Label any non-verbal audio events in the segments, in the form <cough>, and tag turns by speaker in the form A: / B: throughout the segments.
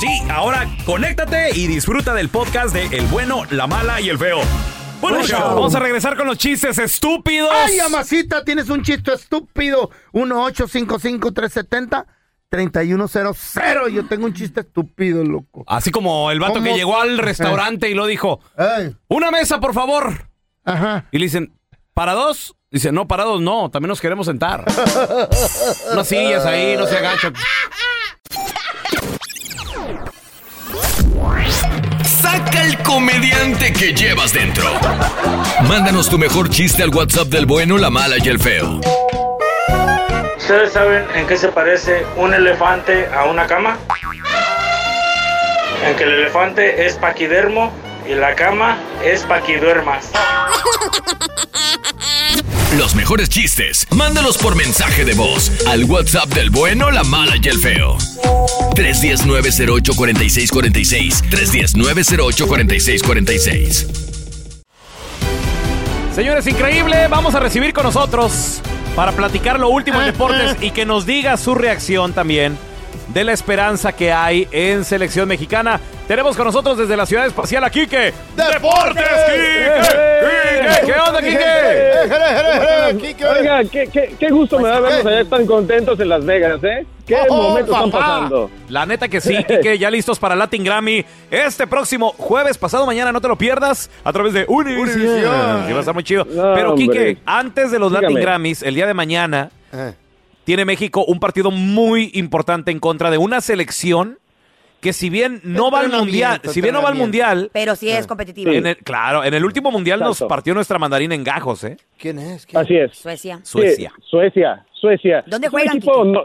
A: Sí, ahora conéctate y disfruta del podcast de El bueno, la mala y el feo. Bueno,
B: Vamos
A: vamos a regresar con los chistes estúpidos.
B: ¡Ay, amacita! Tienes un chiste estúpido. 1-855-370-3100. Yo tengo un chiste estúpido, loco.
A: Así como el vato
B: ¿Cómo?
A: que llegó al restaurante y lo dijo,
B: Ay,
A: una mesa, por favor.
B: ajá.
A: Y le dicen, ¿para dos? Dice, no, para dos no, también nos queremos
B: <laughs>
A: sentar. Unas sillas ahí, no se agachan.
C: Saca el comediante que llevas dentro. Mándanos tu mejor chiste al WhatsApp del bueno, la mala y el feo.
D: ¿Ustedes saben en qué se parece un elefante a una cama? En que el elefante es paquidermo y la cama es paquiduermas.
C: Los mejores chistes, mándalos por mensaje de voz al WhatsApp del bueno, la mala y el feo. 319-08-4646. 319-08-4646.
A: Señores, increíble, vamos a recibir con nosotros para platicar lo último en deportes y que nos diga su reacción también de la esperanza que hay en selección mexicana. Tenemos con nosotros desde la ciudad espacial a Quique. ¡Deportes, Quique! Quique, ¿Qué onda, Quique?
E: Oiga, qué, qué- qué gusto me da verlos allá tan contentos en Las Vegas, ¿eh? ¿Qué
A: Oh,
E: momentos están pasando?
A: La neta que sí, Quique, ya listos para Latin Grammy. Este próximo jueves, pasado mañana, no te lo pierdas, a través de Univision. Sí, va a estar muy chido.
E: No,
A: Pero, Quique,
E: hombre.
A: antes de los Latin
E: Dígame.
A: Grammys, el día de mañana,
B: Eh.
A: tiene México un partido muy importante en contra de una selección que si bien no va al mundial,
B: Entrenamiento,
A: si bien no va al mundial,
F: Pero sí es competitiva.
A: en el- claro, en el último mundial nos
E: Exacto.
A: partió nuestra mandarina en gajos, ¿eh?
B: ¿Quién es? ¿Quién?
E: Así es.
F: Suecia.
E: Sí,
A: Suecia.
E: Suecia, Suecia.
F: ¿Dónde
E: Es un
F: juegan,
E: equipo
F: Kiki?
E: no-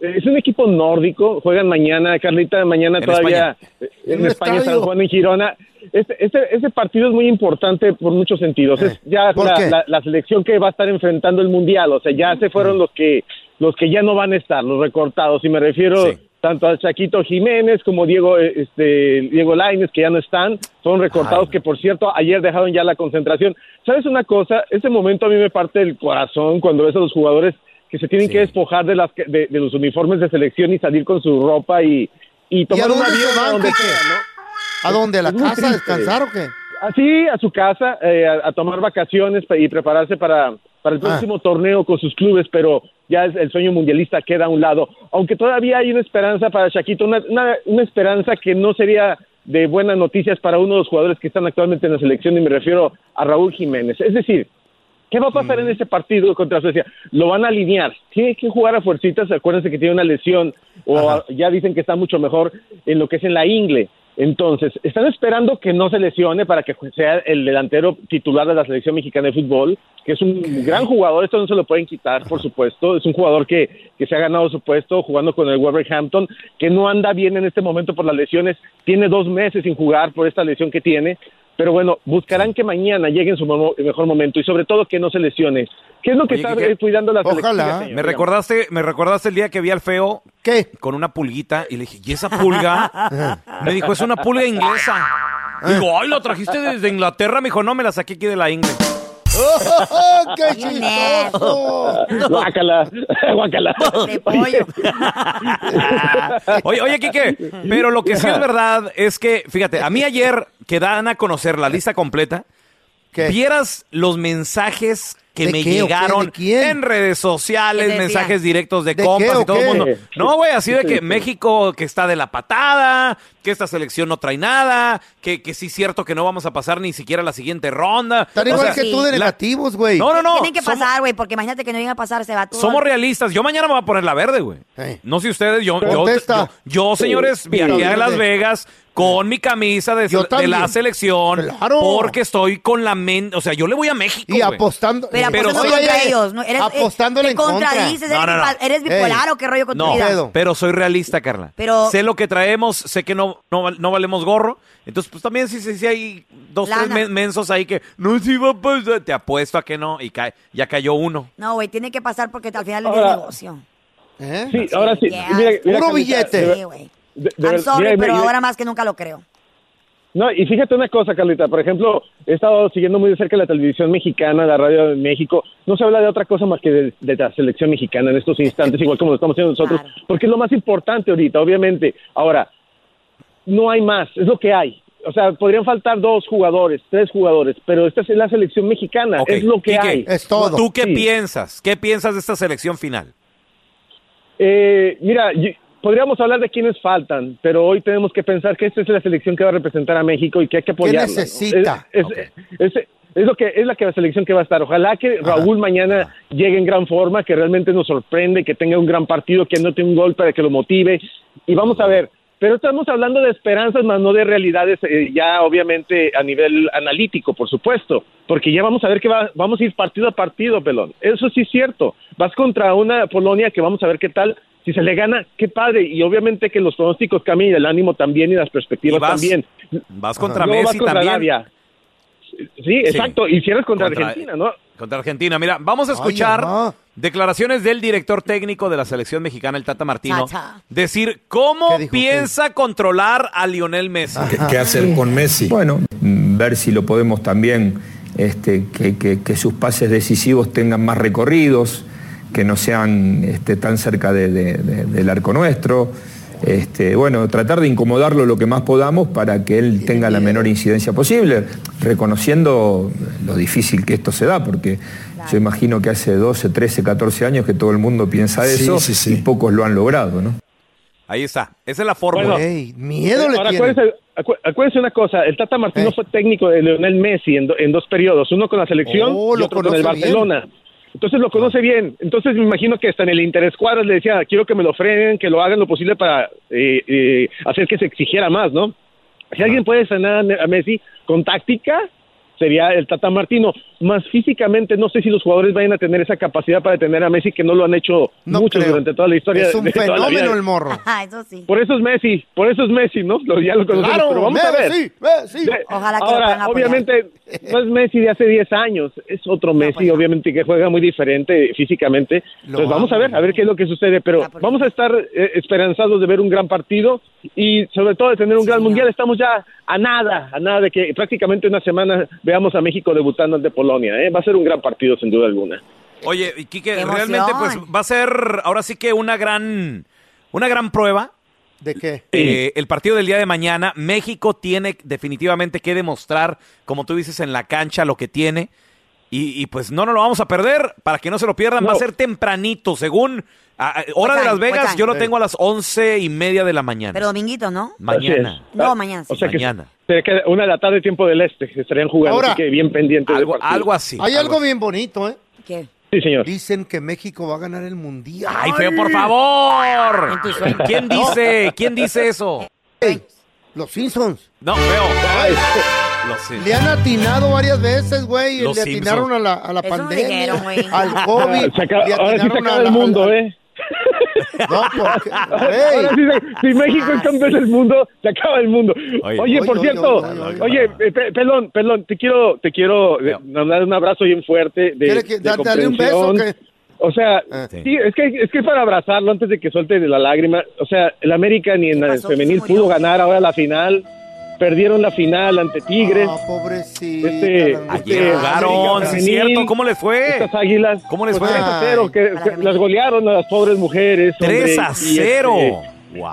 E: es un equipo nórdico, juegan mañana, Carlita, mañana
A: En
E: todavía
B: En
E: en
B: un
E: España,
B: estadio.
E: San Juan, en Girona. Este, este, este partido es muy importante por muchos sentidos. Es ya
B: Eh, ¿por
E: la,
B: qué?
E: la- la selección que va a estar enfrentando el Mundial, o sea, ya se fueron
B: Mm.
E: los que, los que ya no van a estar, los recortados, y me refiero...
A: Sí.
E: Tanto a Chaquito Jiménez como Diego eh, este, Diego Laines, que ya no están, son recortados que por cierto ayer dejaron ya la concentración. ¿Sabes una cosa? Ese momento a mí me parte el corazón cuando ves a los jugadores que se tienen
A: Sí.
E: que despojar de, las, que- de, de los uniformes de selección y salir con su ropa y, y
B: ¿Y a
E: tomar un
B: dónde
E: avión
B: se
E: a
B: van,
E: donde
B: Quique?
E: sea, ¿no?
B: ¿A dónde? ¿A la
E: Es muy
B: casa a
E: triste.
B: descansar o qué?
E: Así, Ah, a su casa, eh, a, a tomar vacaciones pa- y prepararse para, para
B: Ah.
E: el próximo torneo con sus clubes, pero ya es- el sueño mundialista queda a un lado. Aunque todavía hay una esperanza para Shaquito, una, una- una esperanza que no sería de buenas noticias para uno de los jugadores que están actualmente en la selección, y me refiero a Raúl Jiménez. Es decir, ¿Qué va a pasar
B: Mm.
E: en ese partido contra Suecia? Lo van a alinear. Tiene que jugar a fuercitas. Acuérdense que tiene una lesión o ya dicen que está mucho mejor en lo que es en la ingle. Entonces, están esperando que no se lesione para que sea el delantero titular de la selección mexicana de fútbol, que es un gran jugador. Esto no se lo pueden quitar, por supuesto. Es un jugador que, que se ha ganado su puesto jugando con el Wolverhampton, que no anda bien en este momento por las lesiones. Tiene dos meses sin jugar por esta lesión que tiene. Pero bueno, buscarán que mañana llegue en su mo- mejor momento y sobre todo que no se lesione. ¿Qué es lo que
A: Oye,
E: está
A: Quique,
E: eh, cuidando la selección?
B: ojalá.
E: Fíjate,
A: Me
E: señor.
A: recordaste, me recordaste el día que vi al feo
B: ¿Qué?
A: con una pulguita y le dije, ¿y esa
B: <laughs>
A: pulga? Me dijo, es una pulga inglesa.
B: Ah.
A: Digo, ay, la trajiste desde Inglaterra. Me dijo, no, me la saqué aquí de la Ingle.
B: ¡Oh, <laughs> qué chistoso!
E: <laughs> Guácala, guácala.
F: De pollo.
A: <laughs> Oye, oye, Quique, pero lo que sí es verdad es que, fíjate, a mí ayer que dan a conocer la lista completa,
B: ¿Qué?
A: vieras los mensajes que
B: ¿De
A: me
B: qué o qué? ¿De
A: llegaron
B: quién?
A: en redes
F: ¿Qué
A: sociales,
F: decían?
A: mensajes directos de,
B: ¿De
A: compas
B: qué
A: y
B: o
A: todo el
B: qué?
A: mundo. No, güey, así de
E: Sí,
A: que
E: sí.
A: México que está de la patada, que esta selección no trae nada, que, que sí es cierto que no vamos a pasar ni siquiera la siguiente ronda.
B: Están
A: O
B: igual
A: sea,
B: que tú de
A: la-
B: negativos, güey.
A: No, no, no.
F: Tienen que
A: somos-
F: pasar, güey, porque imagínate que no llega a pasar, se va todo.
A: somos realistas. Yo mañana me voy a poner la verde, güey.
B: Ey.
A: No sé ustedes, yo, yo, yo,
B: Contesta.
A: yo, señores, viajé a Las Vegas con mi camisa de,
B: Yo
A: de
B: también.
A: la selección
B: Claro.
A: porque estoy con la mente, o sea, yo le voy a México.
B: Y
A: güey.
B: apostando.
F: Pero
A: Pero
F: apostando
A: soy-
F: contra
B: Oye,
F: ellos. ¿no? Eres, eh,
B: apostándole
F: te
B: en contra.
F: contradices,
A: No,
F: eres,
A: no, no.
F: bipolar- eres bipolar
B: Ey.
F: o qué rollo con
A: No,
F: tu vida.
B: Pedo.
A: pero soy realista, Carla.
F: Pero-
A: sé lo que traemos, sé que no, no, val- no valemos gorro. Entonces, pues también si, si, si hay dos,
F: Lana.
A: tres men- mensos ahí que no si va a pasar", te apuesto a que no, y cae, ya cayó uno.
F: No, güey, tiene que pasar porque al final es el
E: Ahora-
F: negocio.
B: ¿Eh?
E: Sí, ahora sí.
F: Yeah.
E: Mira, mira,
B: Puro
E: Carlita,
B: billete.
E: de ver-
F: Sí, güey.
E: de- de
F: I'm
E: ver-
F: sorry,
E: mira,
F: pero
E: mira,
F: ahora más que nunca lo creo.
E: No, y fíjate una cosa, Carlita. Por ejemplo, he estado siguiendo muy de cerca la televisión mexicana, la radio de México. No se habla de otra cosa más que de, de la selección mexicana en estos instantes, igual como lo estamos haciendo nosotros,
F: Claro.
E: porque es lo más importante ahorita, obviamente. Ahora, no hay más, es lo que hay. O sea, podrían faltar dos jugadores, tres jugadores, pero esta es la selección mexicana,
A: Ok,
E: es lo que
A: Quique,
E: hay.
B: Es todo.
A: ¿Tú qué
E: Sí.
A: piensas? ¿Qué piensas de esta selección final?
E: Eh, mira, y- podríamos hablar de quiénes faltan, pero hoy tenemos que pensar que esta es la selección que va a representar a México y que hay que apoyarla. ¿no?
B: necesita?
E: Es, es- es- es lo que es la, que la selección que va a estar. Ojalá que Raúl mañana llegue en gran forma, que realmente nos sorprende, que tenga un gran partido, que anote un gol para que lo motive. Y vamos a ver. Pero estamos hablando de esperanzas, más no de realidades, eh, ya obviamente a nivel analítico, por supuesto, porque ya vamos a ver que va- vamos a ir partido a partido, pelón. Eso sí es cierto. Vas contra una Polonia que vamos a ver qué tal. Si se le gana, qué padre. Y obviamente que los pronósticos cambien y el ánimo también y las perspectivas
A: Y vas
E: también.
A: Vas contra
E: Luego
A: Messi
E: vas contra
A: también.
E: Arabia. Sí, exacto. Y cierras contra, Argentina, ¿no?
A: Contra Argentina. Mira, vamos a escuchar
B: mamá.
A: declaraciones del director técnico de la selección mexicana, el Tata Martino,
F: Tata.
A: decir cómo
B: ¿Qué dijo?
A: piensa controlar a Lionel Messi.
G: ¿Qué, qué hacer con Messi? Bueno, mm, ver si lo podemos también, este, que, que- que sus pases decisivos tengan más recorridos, que no sean este, tan cerca de- de- de- del arco nuestro. Este, bueno, tratar de incomodarlo lo que más podamos para que él tenga la menor incidencia posible, reconociendo lo difícil que esto se da, porque yo imagino que hace 12, 13, 14 años que todo el mundo piensa
H: Sí,
G: eso
H: sí, sí.
G: y pocos lo han logrado, ¿no?
A: Ahí está. Esa es la fórmula.
E: Bueno.
B: Ey, miedo le
E: Ahora,
B: tiene.
E: acuérdense, acu- acuérdense una cosa, el Tata Martino
B: Eh.
E: fue técnico de Leonel Messi en, do- en dos periodos, uno con la selección
B: Oh,
E: y
B: lo
E: otro con
B: conoce
E: el
B: bien. Ah.
E: Barcelona. Entonces lo conoce bien. Entonces me imagino que hasta en el interés cuadras le decía, quiero que me lo frenen, que lo hagan lo posible para eh, eh, hacer que se exigiera más, ¿no? Si alguien puede sanar a Ne- a Messi con táctica, sería el Tata Martino. Más físicamente, no sé si los jugadores vayan a tener esa capacidad para detener a Messi, que no lo han hecho
B: No
E: muchos
B: creo.
E: durante toda la historia.
B: Es un
E: de toda la vida.
B: fenómeno el morro.
F: Ajá, Ah, eso sí.
E: Por eso es Messi, por eso es Messi, ¿no? Lo- ya lo conocemos,
B: Claro,
E: pero vamos a ver.
B: sí, ve, sí.
E: De-
F: Ojalá que lo puedan
E: Ahora,
F: apoyar.
E: obviamente, no es Messi de hace 10 años, es otro Messi,
F: pues no.
E: obviamente, que juega muy diferente físicamente. Entonces, vamos a ver, a ver qué es lo que sucede, pero
F: Ya, Ah, por
E: vamos a estar eh, esperanzados de ver un gran partido y, sobre todo, de tener un
F: Sí,
E: gran
F: señor.
E: mundial. Estamos ya a nada, a nada de que prácticamente una semana veamos a México debutando ante Polonia, ¿eh? Va a ser un gran partido, sin duda alguna.
A: Oye, y Quique,
F: Qué
A: realmente pues
F: emoción.
A: va a ser ahora sí que una gran una gran prueba
B: ¿De qué?
A: Eh, el partido del día de mañana, México tiene definitivamente que demostrar, como tú dices, en la cancha lo que tiene. Y, y, pues no nos lo vamos a perder, para que no se lo pierdan, va a ser tempranito, según ah, ah, hora
F: What
A: de Las
F: time? What
A: Vegas,
F: time?
A: yo lo tengo a las once y media de la mañana.
F: Pero dominguito, ¿no?
A: mañana.
F: No, mañana sí.
A: O sea que- Mañana.
E: Sería Ah, que una de la tarde, tiempo del este, estarían jugando,
B: Ahora,
E: así que bien pendientes. del partido.
B: Hay algo, bien bonito, ¿eh?
F: ¿Qué?
E: Sí, señor.
B: Dicen que México va a ganar el mundial.
A: ¡Ay, feo, por favor! ¿Quién dice? ¿Quién dice
F: Eh,
A: eso?
B: Ey, los Simpsons.
A: No, feo. Lo sé.
B: Le han atinado varias veces, güey.
A: Los
B: Le atinaron
A: Simpson.
B: a la, a la
F: Eso
B: pandemia,
F: dijeron, güey.
B: <laughs> al COVID.
E: Se acaba-
B: le
E: ahora sí se
B: atinaron
E: acaba
B: a la-
E: el mundo, ¿eh?
B: No, porque, güey.
E: Ahora sí se- si México es campeón del mundo, se acaba el mundo.
A: Oye,
E: Oye,
B: oye,
E: por
B: oye,
E: cierto,
B: oye,
E: oye,
B: oye,
E: eh, pe- pelón, pelón, te quiero, te quiero eh, mandar un abrazo bien fuerte de,
B: ¿Quiere que-
E: de
B: da- darle un beso o
E: comprensión.
B: qué? Ah.
E: O sea,
A: Sí.
E: sí, es que es que para abrazarlo antes de que suelte la lágrima, o sea, el América ni en el
F: pasó? ¿Quién
E: femenil
F: se murió?
E: pudo ganar ahora la final, perdieron la final ante Tigres.
B: Ah, pobrecita.
E: Este-
B: la-
A: Ayer
E: Este,
A: jugaron,
E: América
A: sí, cierto.
E: femenil.
A: ¿Cómo les fue?
E: Estas águilas.
A: ¿Cómo les fue?
E: 3 a 0, que, que las golearon a las pobres mujeres. hombre,
A: 3 a
E: y,
A: 0.
E: este,
A: ¡Wow!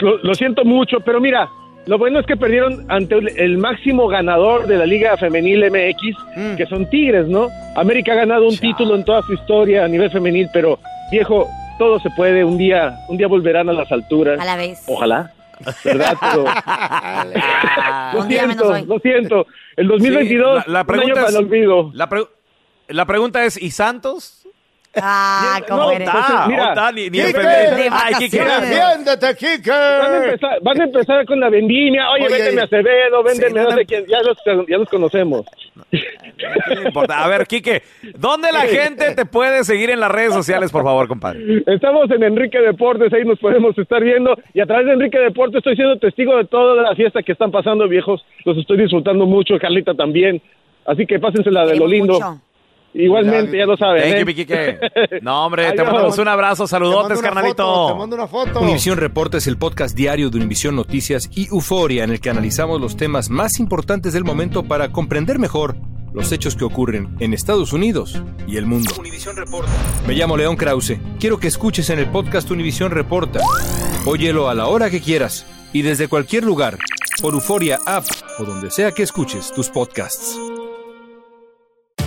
E: lo, lo siento mucho, pero mira, lo bueno es que perdieron ante el, el máximo ganador de la Liga Femenil MX, que son Tigres, ¿no? América ha ganado un
A: Mm. Chao.
E: título en toda su historia a nivel femenil, pero viejo, todo se puede, un día, un día volverán a las alturas.
F: A la vez.
E: Ojalá. ¿Verdad?
F: <laughs>
E: Pero <laughs> lo
F: Un día menos
E: siento,
F: hoy.
E: lo siento. El 2022,
A: Sí, la- la
E: un año
A: pregunta
E: para
A: es-
E: el olvido.
A: La, pre- la pregunta es, ¿y Santos?
F: Ah, cómo
E: No,
F: eres.
E: entonces,
A: Ah,
E: mira.
A: está, ni, ni
B: Quique.
A: enfermera. Ay, Quique.
B: ¡Defiéndete, Quique!
E: Van a, empezar, van a empezar con la vendimia. Oye,
B: Oye,
E: véndeme a Acevedo, véndeme
A: no
E: no
A: me-
E: sé quién. Ya los, ya los conocemos.
A: ¿Qué le importa? A ver, Quique, ¿dónde la gente te puede seguir en las redes sociales, por favor, compadre?
E: Estamos en Enrique Deportes, ahí nos podemos estar viendo. Y a través de Enrique Deportes estoy siendo testigo de toda la fiesta que están pasando, viejos. Los estoy disfrutando mucho, Carlita también. Así que pásensela de lo
F: Queremos
E: lindo.
F: mucho.
E: Igualmente, ya lo saben.
A: Thank
E: ¿eh?
A: you, mi Quique. No, hombre, te
E: Adiós.
A: mandamos un abrazo.
B: Te mando
A: Saludotes,
B: una
A: carnalito.
B: foto, Te mando una foto.
I: Univisión Reporta es el podcast diario de Univisión Noticias y Euforia en el que analizamos los temas más importantes del momento para comprender mejor los hechos que ocurren en Estados Unidos y el mundo. Me llamo León Krause. Quiero que escuches en el podcast Univisión Reporta. Óyelo a la hora que quieras y desde cualquier lugar por Euforia App o donde sea que escuches tus podcasts.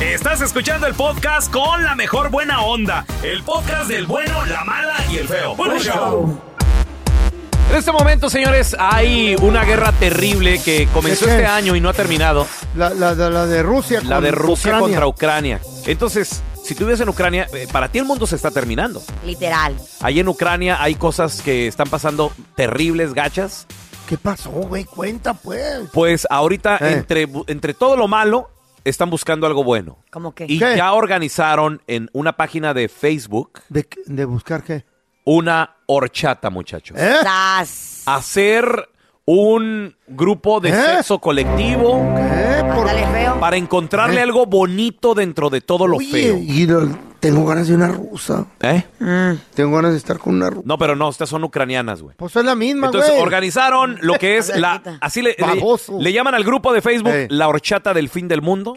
J: Estás escuchando el podcast con la mejor buena onda. El podcast del bueno, la mala y el feo. Bueno, show.
A: En este momento, señores, hay una guerra terrible que comenzó
B: ¿De qué?
A: este año y no ha terminado.
B: La, la- la- la de Rusia
A: La de Rusia
B: Ucrania.
A: contra Ucrania. Entonces, si tú vives en Ucrania, eh, para ti el mundo se está terminando.
F: Literal.
A: Ahí en Ucrania hay cosas que están pasando terribles, gachas.
B: ¿Qué pasó, güey? Cuenta, pues.
A: Pues ahorita,
B: Eh.
A: entre, bu- entre todo lo malo, están buscando algo bueno.
F: ¿Cómo que?
A: Y
B: ¿Qué?
A: ya organizaron en una página de Facebook
B: ¿De, qué- de buscar qué?
A: una horchata, muchachos.
B: ¿Eh?
F: Ah, Sas.
A: Hacer un grupo de
B: ¿Eh?
A: sexo colectivo
B: ¿Qué? ¿Por
F: Ándale, feo.
A: para encontrarle
B: ¿Eh?
A: algo bonito dentro de todo lo
B: Oye,
A: feo.
B: y lo- Tengo ganas de una rusa.
A: ¿Eh?
B: Tengo ganas de estar con una rusa.
A: No, pero no, estas son ucranianas, güey.
B: Mm. Pues es la misma, güey.
A: Entonces organizaron lo que es la. Así le, le-
B: Baboso. Eh.
A: le llaman al grupo de Facebook la horchata del fin del mundo.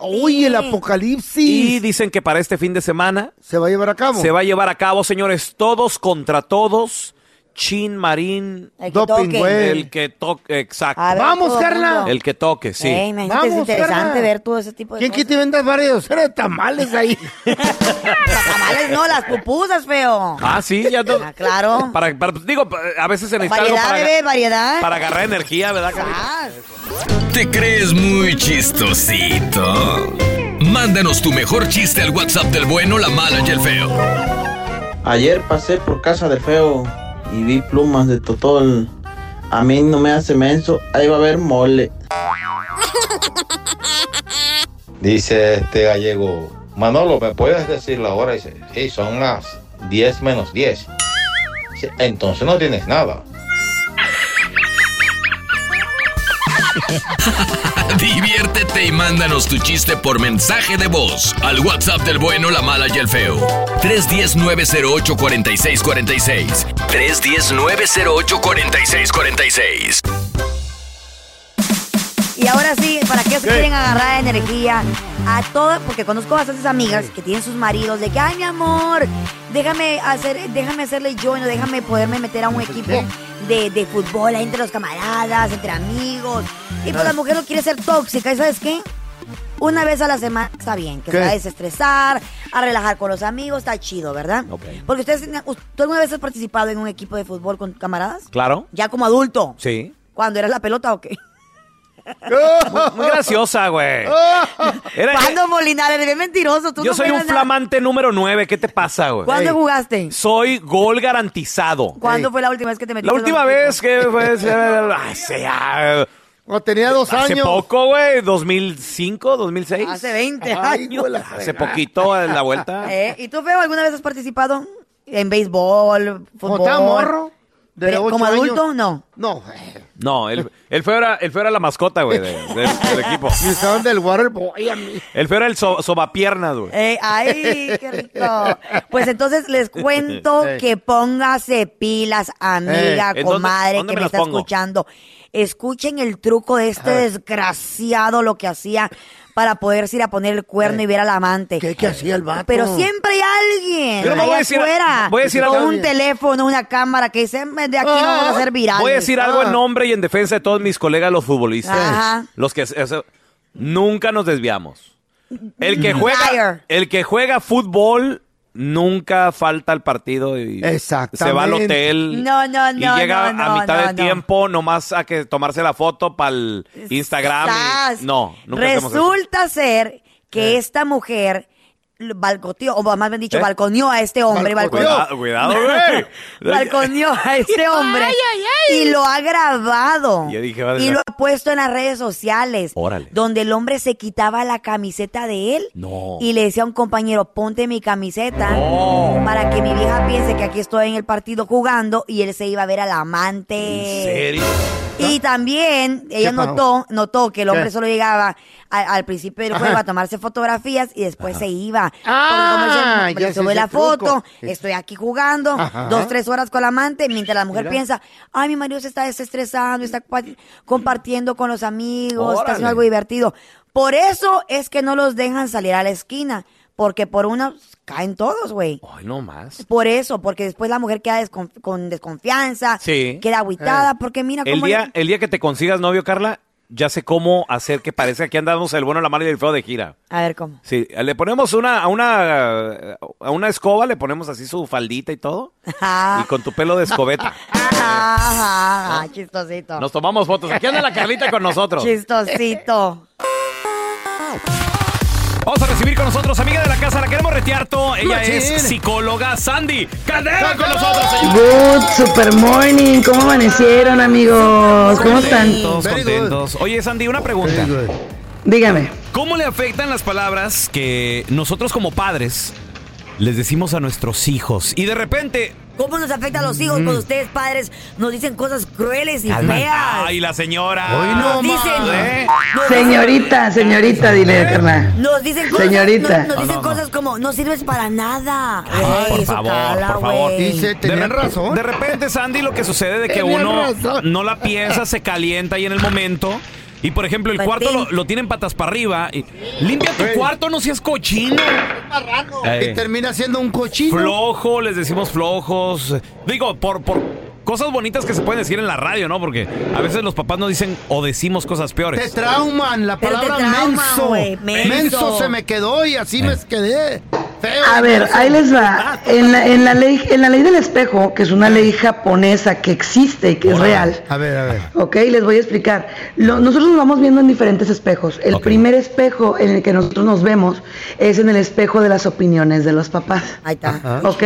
B: Oye, el apocalipsis.
A: Y dicen que para este fin de semana.
B: ¿Se va a llevar a cabo?
A: Se va a llevar a cabo, señores, todos contra todos. Chin, Marín.
F: El que Doping, toque. güey.
A: El que toque, exacto.
F: A ver, Vamos, todo el Carla. mundo.
A: El que toque, sí.
F: Ey, imagínate, es
B: Vamos,
F: interesante
B: Carla.
F: ver todo ese tipo de
B: ¿Quién
F: cosas.
B: quita y vendas varios de
A: <laughs>
B: tamales ahí?
F: Tamales no, las pupusas, feo.
A: Ah, sí, ya no-
F: Ah, claro.
A: Para, para- digo, pa- a veces se necesita algo
F: Variedad,
A: para,
F: bebé, variedad. Ah.
A: para agarrar energía, ¿verdad, Carlita?
C: ¿Te crees muy chistosito? Mándanos tu mejor chiste al WhatsApp del bueno, la mala y el feo.
K: Ayer pasé por casa del feo y vi plumas de totol. A mí no me hace menso, ahí va a haber mole.
L: Dice este gallego, Manolo, ¿me puedes decir la hora? Dice, sí, son las 10 menos 10. Dice, Entonces no tienes nada.
C: <laughs> Diviértete y mándanos tu chiste por mensaje de voz al WhatsApp del bueno, la mala y el feo. 310-908-4646. 310-908-4646.
F: Y ahora sí, ¿para qué se quieren agarrar energía? A todas, porque conozco bastantes amigas que tienen sus maridos de que, ay, mi amor, déjame hacer, déjame hacerle yo, no déjame poderme meter a un equipo de, de fútbol ahí entre los camaradas, entre amigos. Y pues la mujer no quiere ser tóxica, ¿y sabes qué? Una vez a la semana está bien, que se
M: ¿Qué?
F: va a desestresar, a relajar con los amigos, está chido, ¿verdad? Porque ustedes, ¿tú alguna vez has participado en un equipo de fútbol con camaradas?
A: Claro.
F: Ya como adulto. <laughs>
A: Sí.
F: ¿Cuándo eras la pelota o qué?
A: Muy, muy graciosa,
F: <laughs>
A: güey. Eh. Era- eh,
F: ¿Cuándo, Molinar? Eres bien mentiroso. Oh, Tú
A: Yo
F: no
A: soy un
F: juegas nada.
A: flamante número 9. ¿Qué te pasa, güey?
F: ¿Cuándo
A: Ey.
F: jugaste?
A: Soy gol garantizado.
F: ¿Cuándo fue la última vez que te metiste? en
A: La
F: un
A: última
F: equipo?
A: vez que fue. Ay, sea.
B: Cuando tenía dos
A: Hace
B: años.
A: poco, güey. ¿2005, 2006?
F: Hace 20 años.
A: Hace poquito en
F: <laughs>
A: la vuelta.
F: Eh, ¿Y tú, Feo, alguna vez has participado en béisbol, fútbol?
B: estaba morro, de
F: Pero,
B: ocho
F: ¿Como
B: años.
F: adulto? No.
B: No.
A: No, el, el feo era, el feo era la mascota, güey, de- del,
F: <laughs>
A: del equipo.
B: Me estaban del Waterboy a mí.
A: El feo era el so- sobapiernas, güey.
F: Eh, ay, qué rico. Pues entonces les cuento
A: Ey.
F: que póngase pilas,
A: Ey.
F: amiga,
A: Eh, ¿En dónde-
F: comadre,
A: dónde
F: que
A: me
F: me,
A: las
F: está
A: pongo?
F: escuchando. Escuchen el truco de este
A: A ver.
F: desgraciado, lo que hacía para poderse ir a poner el
A: Eh.
F: cuerno y ver al amante. ¿Qué,
B: hacía el vato?
F: Pero siempre hay alguien
A: Yo no
F: allá
A: voy a decir-
F: afuera
A: voy a decir
F: con
A: algo.
F: un teléfono, una cámara que dice, "Mm, de aquí no vamos a hacer viral.
A: Ah, Voy a decir algo
B: Ah.
A: en nombre y en defensa de todos mis colegas los futbolistas.
F: Ajá.
A: Los que eso- nunca nos desviamos. El
F: Mm.
A: que juega, el que juega fútbol nunca falta al partido y se va al hotel
F: No, no,
A: y
F: no,
A: llega
F: no,
A: a
F: no,
A: mitad
F: no,
A: de
F: no.
A: tiempo nomás a que tomarse la foto para el Instagram. y-
F: Sas.
A: no, nunca hacemos eso.
F: Resulta ser que esta mujer lo- balcoteó, o más bien dicho,
A: ¿Eh?
F: balconeó a este hombre, balconeó.
A: Cuidado, cuidado, güey.
F: <laughs> Balconeó a este hombre
A: Ay, ay,
F: y lo ha grabado
A: Yo dije, va a
F: y lo ha puesto en las redes sociales
A: Órale.
F: donde el hombre se quitaba la camiseta de él
A: No.
F: y le decía a un compañero ponte mi camiseta para que mi vieja piense que aquí estoy en el partido jugando y él se iba a ver al amante y también ella
M: pasó?
F: notó, notó que el hombre
M: ¿Qué?
F: solo llegaba a- al principio del juego
M: Ajá.
F: a tomarse fotografías y después
M: Ajá.
F: se iba.
M: Ah,
F: Porque como se-
M: ya
F: se
M: sé
F: sube
M: ese
F: la
M: truco.
F: foto,
M: Sí.
F: estoy aquí jugando,
M: Ajá.
F: dos, tres horas con la amante, mientras la mujer
M: Mira.
F: piensa, ay, mi marido se está desestresando, está pa- compartiendo con los amigos, está
M: Órale.
F: haciendo algo divertido. Por eso es que no los dejan salir a la esquina, porque por una caen todos, güey.
A: Ay, no más.
F: Por eso, porque después la mujer queda desconf- con desconfianza,
A: Sí.
F: queda agüitada,
A: Eh.
F: porque mira
A: El
F: cómo...
A: día, el día que te consigas novio, Carla, ya sé cómo hacer que parezca que andamos el bueno, la mala y el feo de gira.
F: A ver <laughs> cómo.
A: Sí, le ponemos una, a una, a una escoba, le ponemos así su faldita y todo,
F: Ah,
A: y con tu pelo de
F: <laughs>
A: escobeta.
F: Ajá, ajá, chistosito.
A: Nos tomamos fotos. Aquí anda la Carlita con nosotros.
F: Chistosito.
A: Vamos a recibir con nosotros, amiga de la casa, la queremos retear todo. Ella
N: Machín.
A: es psicóloga Sandy. ¡Cadena con nosotros, señor!
N: Good super morning, ¿cómo amanecieron amigos? ¿Cómo están?
A: Contentos, contentos. Oye, Sandy, una pregunta.
N: Dígame.
A: ¿Cómo le afectan las palabras que nosotros como padres les decimos a nuestros hijos y de repente...
F: ¿Cómo nos afecta a los hijos
A: Mm.
F: cuando ustedes padres nos dicen cosas crueles y
A: Calma.
F: feas?
A: ¡Ay, la señora!
F: Hoy no Nos dicen- más, ¿eh?
N: Señorita, señorita, dile, carnal.
F: Nos dicen cosas,
N: Señorita.
F: nos- nos
A: Ah,
N: No,
F: dicen
N: no, no.
F: cosas como no sirves para nada. Ey,
A: por
F: eso
A: favor,
F: cala,
A: por favor.
F: güey.
A: de rep- De repente, Sandy, lo que sucede de que
F: Tenían
A: uno
F: razón.
A: no la piensa, se calienta ahí en el momento. Y por ejemplo, el cuarto lo, lo tienen patas para arriba. y, Limpia tu cuarto, no seas cochino.
B: Y termina siendo un cochino.
A: Eh, Flojo, les decimos flojos. Digo, por, por cosas bonitas que se pueden decir en la radio, ¿no? Porque a veces los papás nos dicen o decimos cosas
B: Te
A: peores.
B: trauman, la
F: Pero te
B: palabra
F: trauma,
B: menso.
F: güey, menso.
B: menso. se me quedó y así
A: Eh.
B: me quedé. Feo.
N: A ver, ahí les va. En la, en la ley, en la ley del espejo, que es una ley japonesa que existe y que es
B: Órale.
N: real.
B: A ver, a ver.
N: Ok, les voy a explicar. Lo- nosotros nos vamos viendo en diferentes espejos. El primer espejo en el que nosotros nos vemos es en el espejo de las opiniones de los papás.
F: Ahí está.
N: Ok.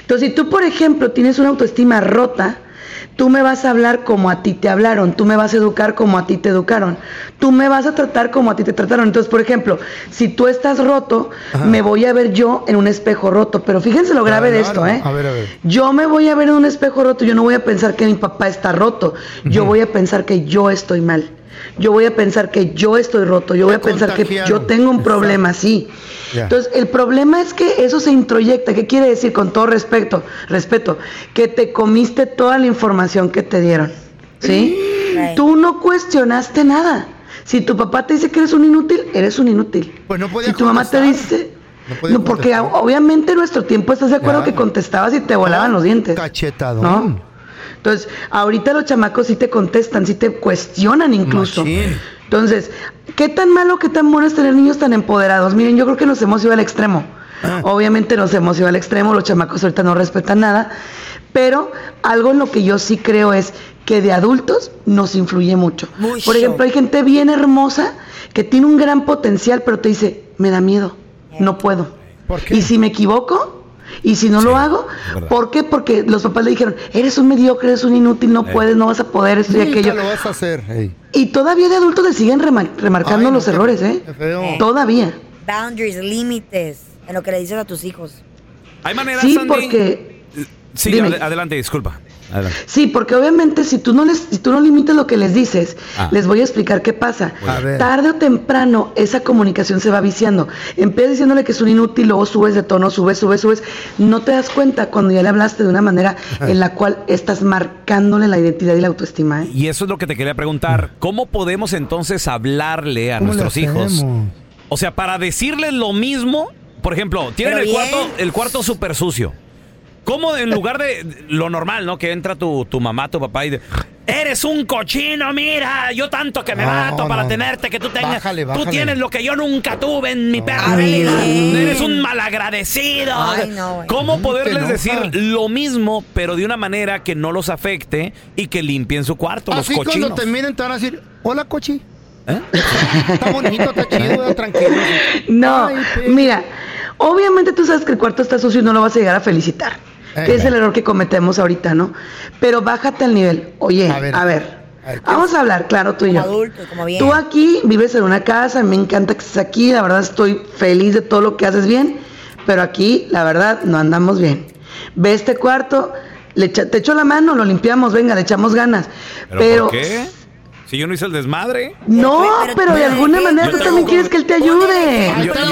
N: Entonces, si tú, por ejemplo, tienes una autoestima rota, tú me vas a hablar como a ti te hablaron, tú me vas a educar como a ti te educaron, tú me vas a tratar como a ti te trataron. Entonces, por ejemplo, si tú estás roto, me voy a ver yo en un espejo roto. Pero fíjense lo grave de esto, ¿eh?
B: A ver, a ver.
N: Yo me voy a ver en un espejo roto, yo no voy a pensar que mi papá está roto, yo voy a pensar que yo estoy mal. Yo voy a pensar que yo estoy roto, yo voy a pensar que yo
B: contagiaron.
N: tengo un problema, sí.
B: Ya.
N: Entonces, el problema es que eso se introyecta. ¿Qué quiere decir con todo respeto? Respeto, que te comiste toda la información que te dieron.
O: ¡Eh!
N: ¿Sí?
M: <gasps>
N: Tú no cuestionaste nada. Si tu papá te dice que eres un inútil, eres un inútil. si tu mamá te dice. No, porque o- obviamente en nuestro tiempo estás de acuerdo
B: Ya.
N: que contestabas y te volaban los dientes.
B: Cachetado.
N: ¿No? Entonces, ahorita los chamacos sí te contestan, sí te cuestionan incluso. Entonces, ¿qué tan malo, qué tan bueno es tener niños tan empoderados? Miren, yo creo que nos hemos ido al extremo. Obviamente nos hemos ido al extremo, los chamacos ahorita no respetan nada, pero algo en lo que yo sí creo es que de adultos nos influye mucho. Por ejemplo, hay gente bien hermosa que tiene un gran potencial, pero te dice, me da miedo, no puedo. Y si me equivoco, y si no lo hago,
P: verdad.
N: ¿por qué? Porque los papás le dijeron, eres un mediocre, eres un inútil, no
B: Eh.
N: puedes, no vas a poder, esto y
B: Nunca
N: aquello.
B: lo vas a hacer. ey.
N: Y todavía de adultos le siguen remar- remarcando los errores, ¿eh? Todavía.
F: Boundaries, límites, en lo que le dices a tus hijos.
A: Hay maneras,
N: Sí,
A: Sandy.
N: porque
A: Sí,
N: Dime.
A: ade- adelante, disculpa. Adelante.
N: sí, porque obviamente si tú no les si tú no limitas lo que les dices,
A: Ah.
N: les voy a explicar qué pasa.
A: A
B: <laughs>
A: ver.
N: Tarde o temprano esa comunicación se va viciando. Empiezas diciéndole que es un inútil, luego subes de tono, subes, subes, subes, no te das cuenta cuando ya le hablaste de una manera en la cual estás marcándole la identidad y la autoestima, ¿eh?
A: Y eso es lo que te quería preguntar. ¿Cómo podemos entonces hablarle a
B: Mm. ¿Cómo le
A: nuestros hijos?
B: hacemos?
A: O sea, para decirles lo mismo, por ejemplo, tienen
B: Pero
A: el
B: bien.
A: cuarto, el cuarto súper sucio. ¿Cómo en lugar de lo normal, ¿no? Que entra tu, tu mamá, tu papá y de, eres un cochino, mira, yo tanto que me
B: No,
A: mato para
B: no.
A: tenerte, que tú tengas,
B: Bájale,
A: tú
B: bájale.
A: tienes lo que yo nunca tuve en mi perra vida, eres un malagradecido.
F: Ay, no, güey.
A: ¿Cómo
F: Mm,
A: poderles
F: te
A: decir
F: enoja.
A: lo mismo, pero de una manera que no los afecte y que limpien su cuarto,
B: Así
A: los cochinos? ¿Eh?
B: cuando te miren te van a decir, hola cochi. Está bonito, está chido, tranquilo.
N: <laughs> No,
B: Ay,
N: mira, obviamente tú sabes que el cuarto está sucio y no lo vas a llegar a felicitar.
B: Eh,
N: que es el
B: claro.
N: error que cometemos ahorita, ¿no? Pero bájate al nivel. Oye, a ver. Vamos a hablar, claro, tú y yo.
F: adultos, como bien.
N: Tú aquí vives en una casa, me encanta que estés aquí, la verdad estoy feliz de todo lo que haces bien, pero aquí, la verdad, no andamos bien. Ve este cuarto, le echa- te echo la mano, lo limpiamos, venga, le echamos ganas.
A: ¿Pero,
N: Pero,
A: por qué? Si yo no hice el desmadre.
N: no, pero, de alguna manera
A: Yo
N: tú
A: tengo
N: también quieres que él te ayude.
A: Yo, yo-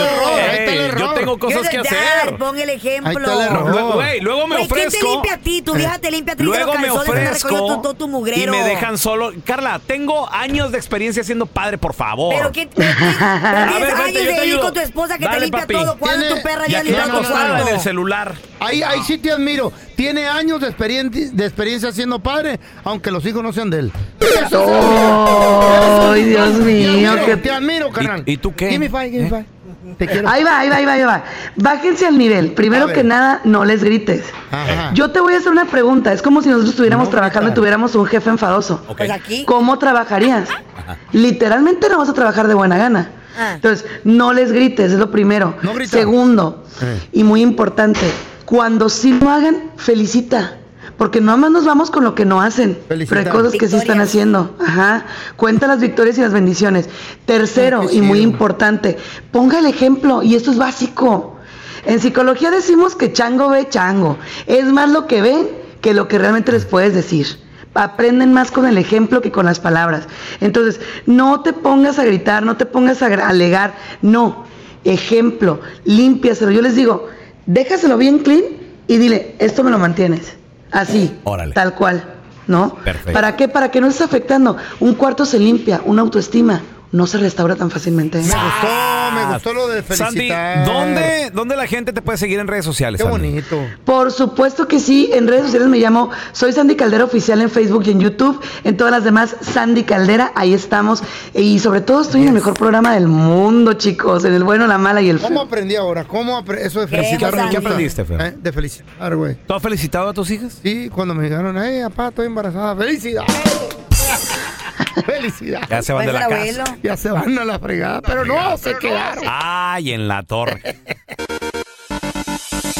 A: Ey, yo tengo cosas que hacer.
F: Pon el ejemplo.
A: Ahí está el error. Luego- güey, luego me
F: Güey, ¿Quién te
A: ofrezco- Eh,
F: limpia a ti? Tu vieja te limpia a ti.
A: Luego
F: los
A: me
F: calzones, anda recogiendo
A: ofrezco
F: todo tu
A: y
F: mugrero.
A: me dejan solo. Carla, tengo años de experiencia siendo padre, por favor.
F: Pero
A: <laughs>
F: qué pero
B: <laughs>
A: A ver,
F: tienes
A: vente, yo
F: años
A: te
F: de vivir
A: ayudo.
F: con tu esposa que te
A: Dale,
F: limpia
A: papi.
F: todo. ¿Cuándo
B: Tiene-
F: tu perra ya
A: Ya
F: limpia
A: que no
F: todo?
A: está en
F: cuarto?
A: el celular.
B: Ahí, ahí sí te admiro. Tiene años de, experien- de experiencia siendo padre, aunque los hijos no sean de él.
N: ¡Ay, Dios mío!
B: Te admiro,
N: qué-
B: te admiro, carnal. ¿Y, tú qué? Give me five, give me
A: ¿Eh?
B: five. Te quiero.
N: Ahí va, ahí va, ahí va, ahí va. Bájense al nivel. Primero que nada, no les grites.
B: Ajá.
N: Yo te voy a hacer una pregunta. Es como si nosotros estuviéramos trabajando y tuviéramos un jefe enfadoso.
F: Pues aquí.
N: ¿Cómo trabajarías? Literalmente no vas a trabajar de buena gana.
F: Ah.
N: Entonces, no les grites, es lo primero. Segundo, y muy importante, cuando sí lo hagan, felicita. Porque nada más nos vamos con lo que no hacen.
B: Felicita.
N: Pero hay cosas que sí están
B: Victorias.
N: haciendo. Ajá. Cuenta las victorias y las bendiciones. Tercero, y muy importante, ponga el ejemplo, y esto es básico. En psicología decimos que chango ve chango. Es más lo que ven que lo que realmente les puedes decir. Aprenden más con el ejemplo que con las palabras. Entonces, no te pongas a gritar, no te pongas a gra- alegar. No. Ejemplo, límpiaselo. Yo les digo, déjaselo bien clean y dile, esto me lo mantienes. Así, tal cual, ¿no?
M: Perfecto.
N: ¿Para qué? Para que no estés afectando. Un cuarto se limpia, una autoestima no se restaura tan fácilmente. ¿eh?
B: me gustó lo de
A: Sandy,
B: felicitar.
A: ¿dónde, ¿dónde la gente te puede seguir en redes sociales? Qué
B: bonito.
N: Por supuesto que sí, en redes sociales me llamo Soy Sandy Caldera Oficial en Facebook y en YouTube, en todas las demás Sandy Caldera, ahí estamos. Y sobre todo estoy en el mejor programa del mundo, chicos, en el bueno, la mala y el
B: ¿Cómo
N: feo.
B: aprendí ahora? ¿Cómo apre- eso de
N: ¿Qué,
B: felicitar?
N: Sandy?
B: me gusta.
N: ¿Qué aprendiste,
A: Fer?
B: Eh, De felicitar, güey.
A: ¿Tú has felicitado a tus hijas?
B: Sí, cuando me dijeron, hey, papá, estoy embarazada. ¡Felicidad!
A: <laughs>
B: ¡Felicidad!
A: Ya se van de la casa.
B: Ya se van a la fregada, pero no, se quedaron.
A: Ay, en la torre.
F: <laughs>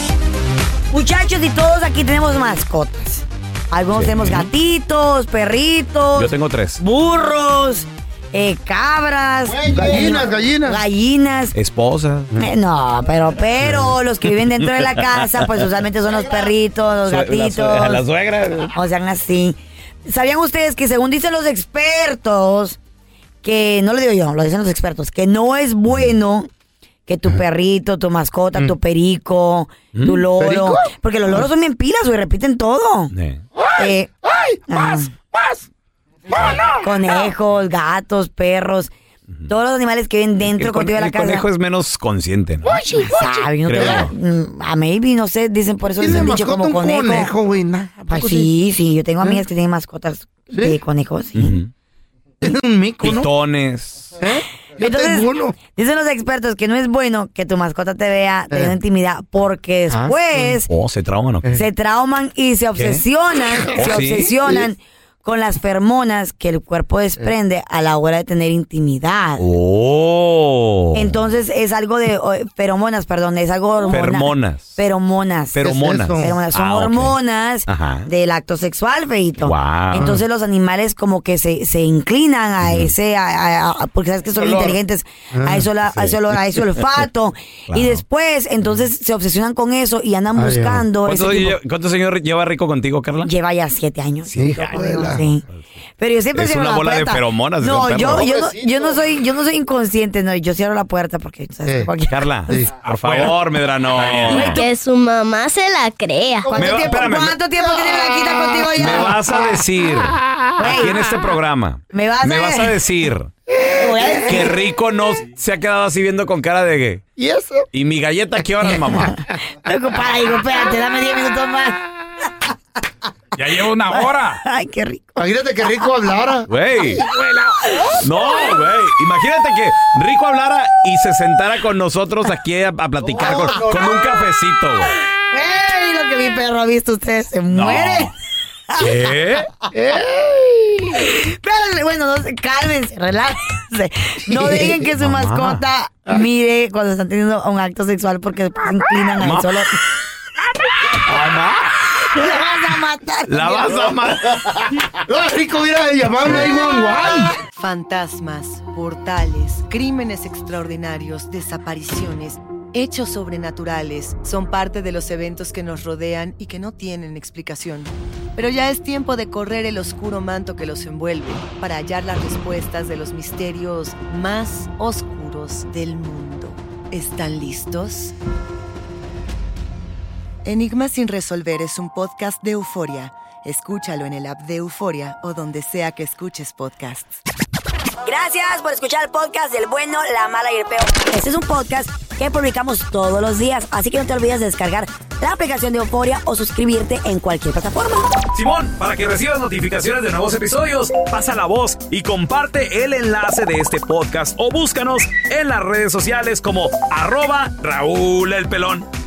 F: Muchachos, y todos aquí tenemos mascotas. Algunos tenemos gatitos, perritos.
A: Yo tengo tres.
F: Burros, eh, cabras.
B: gallinas,
F: eh,
B: gallinas.
F: Gallinas.
A: Esposa.
F: Eh, No, pero,
A: <laughs>
F: pero los que viven dentro de la casa, pues usualmente son los perritos, los
A: Sue- la
F: gatitos.
A: sue- <laughs> la suegra.
F: O sea, así. ¿Sabían ustedes que según dicen los expertos, que no lo digo yo, lo dicen los expertos, que no es bueno que tu perrito, tu mascota,
A: Mm.
F: tu perico, tu
M: Mm.
F: loro,
M: ¿Perico?
F: porque los loros son bien pilas, güey, repiten todo. Eh, ajá. Conejos, gatos, perros, todos los animales que viven dentro
A: El, con-
F: contigo de la
A: el
F: casa.
A: conejo es menos consciente, ¿no?
F: Ah, Sabe, no
A: Creo
F: te-
A: yo.
F: Mm, a maybe, no sé, dicen por eso
B: ¿Tiene
F: les han dicho
B: mascota
F: como
B: un
F: conejo.
B: conejo, güey? Nah, ¿a
F: Pues
B: poco
F: sí, sí, yo tengo
B: ¿Eh?
F: amigas que tienen mascotas de conejos. sí.
B: Es un mico, ¿no?
A: Pitones.
F: Entonces, dicen los expertos que no es bueno que tu mascota te vea
B: Eh.
F: teniendo intimidad
B: Ah,
F: porque después
A: Oh, se trauman. ¿o qué?
F: se trauman y se
B: <laughs>
F: obsesionan, se
A: ¿Oh, sí?
F: obsesionan con las fermonas que el cuerpo desprende a la hora de tener intimidad.
A: Oh.
F: Entonces es algo de o, feromonas, perdón, es algo hormonal.
A: Fermonas.
F: Feromonas.
A: Feromonas. ¿Qué es eso?
F: Feromonas. Son
A: Ah, ok.
F: hormonas
A: Ajá.
F: del acto sexual, feito.
A: Wow.
F: Entonces los animales como que se, se inclinan a ese, a- a- a- porque sabes que son
M: Olor.
F: inteligentes,
M: Ah,
F: a, eso la- a ese
M: sí.
F: olor, a ese
A: <laughs>
F: olfato. Y después, entonces se obsesionan con eso y
A: Ah,
F: andan buscando ese
A: ¿Cuántos
F: tipo-
A: años lle- ¿Cuántos años lle- lleva rico contigo, Carla?
F: Lleva ya siete años. Sí. Pero yo siempre
A: Es
F: cierro
A: una
F: la
A: bola de
F: puerta.
A: feromonas,
F: No,
A: ese
F: yo,
A: perro.
F: yo no, yo no soy, yo no soy inconsciente, no, yo cierro la puerta porque pues, ¿sabes? <laughs>
A: Carla, por favor, Medrano.
Q: Que su mamá se la crea.
A: Me va- espérame, me-
F: ¿Cuánto tiempo tiene Blanquita contigo ya?
A: Me vas a
F: <laughs>
A: decir, aquí en este programa,
F: Me vas a-
A: decir
F: Voy a decir-
A: que Rico no se ha quedado así viendo con cara de que,
F: ¿Y eso?
A: ¿Y mi galleta qué hora, mamá?
F: Luego para, digo, espérate, dame 10 minutos más.
A: Ya llevo una hora.
F: Ay, qué rico.
B: Imagínate que rico hablara.
A: <laughs> Güey. No, güey. Imagínate que Rico hablara y se sentara con nosotros aquí a, a platicar con, con un cafecito. güey.
F: ¡Ey! Lo que mi perro ha visto, ustedes se mueren.
A: ¿Qué?
F: ¡Ey! Pero, bueno, no sé, cálmense, relájense. No dejen que su
M: Mamá.
F: mascota mire cuando están teniendo un acto sexual porque después se inclinan al
M: Mamá.
F: solo. ¡La <laughs> vas a matar!
M: La vas a matar.
B: ¡Ah, rico, mira, llamaron ahí, guau, guau.
O: Fantasmas, portales, crímenes extraordinarios, desapariciones, hechos sobrenaturales son parte de los eventos que nos rodean y que no tienen explicación. Pero ya es tiempo de correr el oscuro manto que los envuelve para hallar las respuestas de los misterios más oscuros del mundo. ¿Están listos? Enigma sin resolver es un podcast de euforia. Escúchalo en el app de Euforia o donde sea que escuches podcasts.
F: Gracias por escuchar el podcast del bueno, la mala y el peor. Este es un podcast que publicamos todos los días, así que no te olvides de descargar la aplicación de Euforia o suscribirte en cualquier plataforma.
J: Simón, para que recibas notificaciones de nuevos episodios, pasa la voz y comparte el enlace de este podcast o búscanos en las redes sociales como arroba Raúl el Pelón.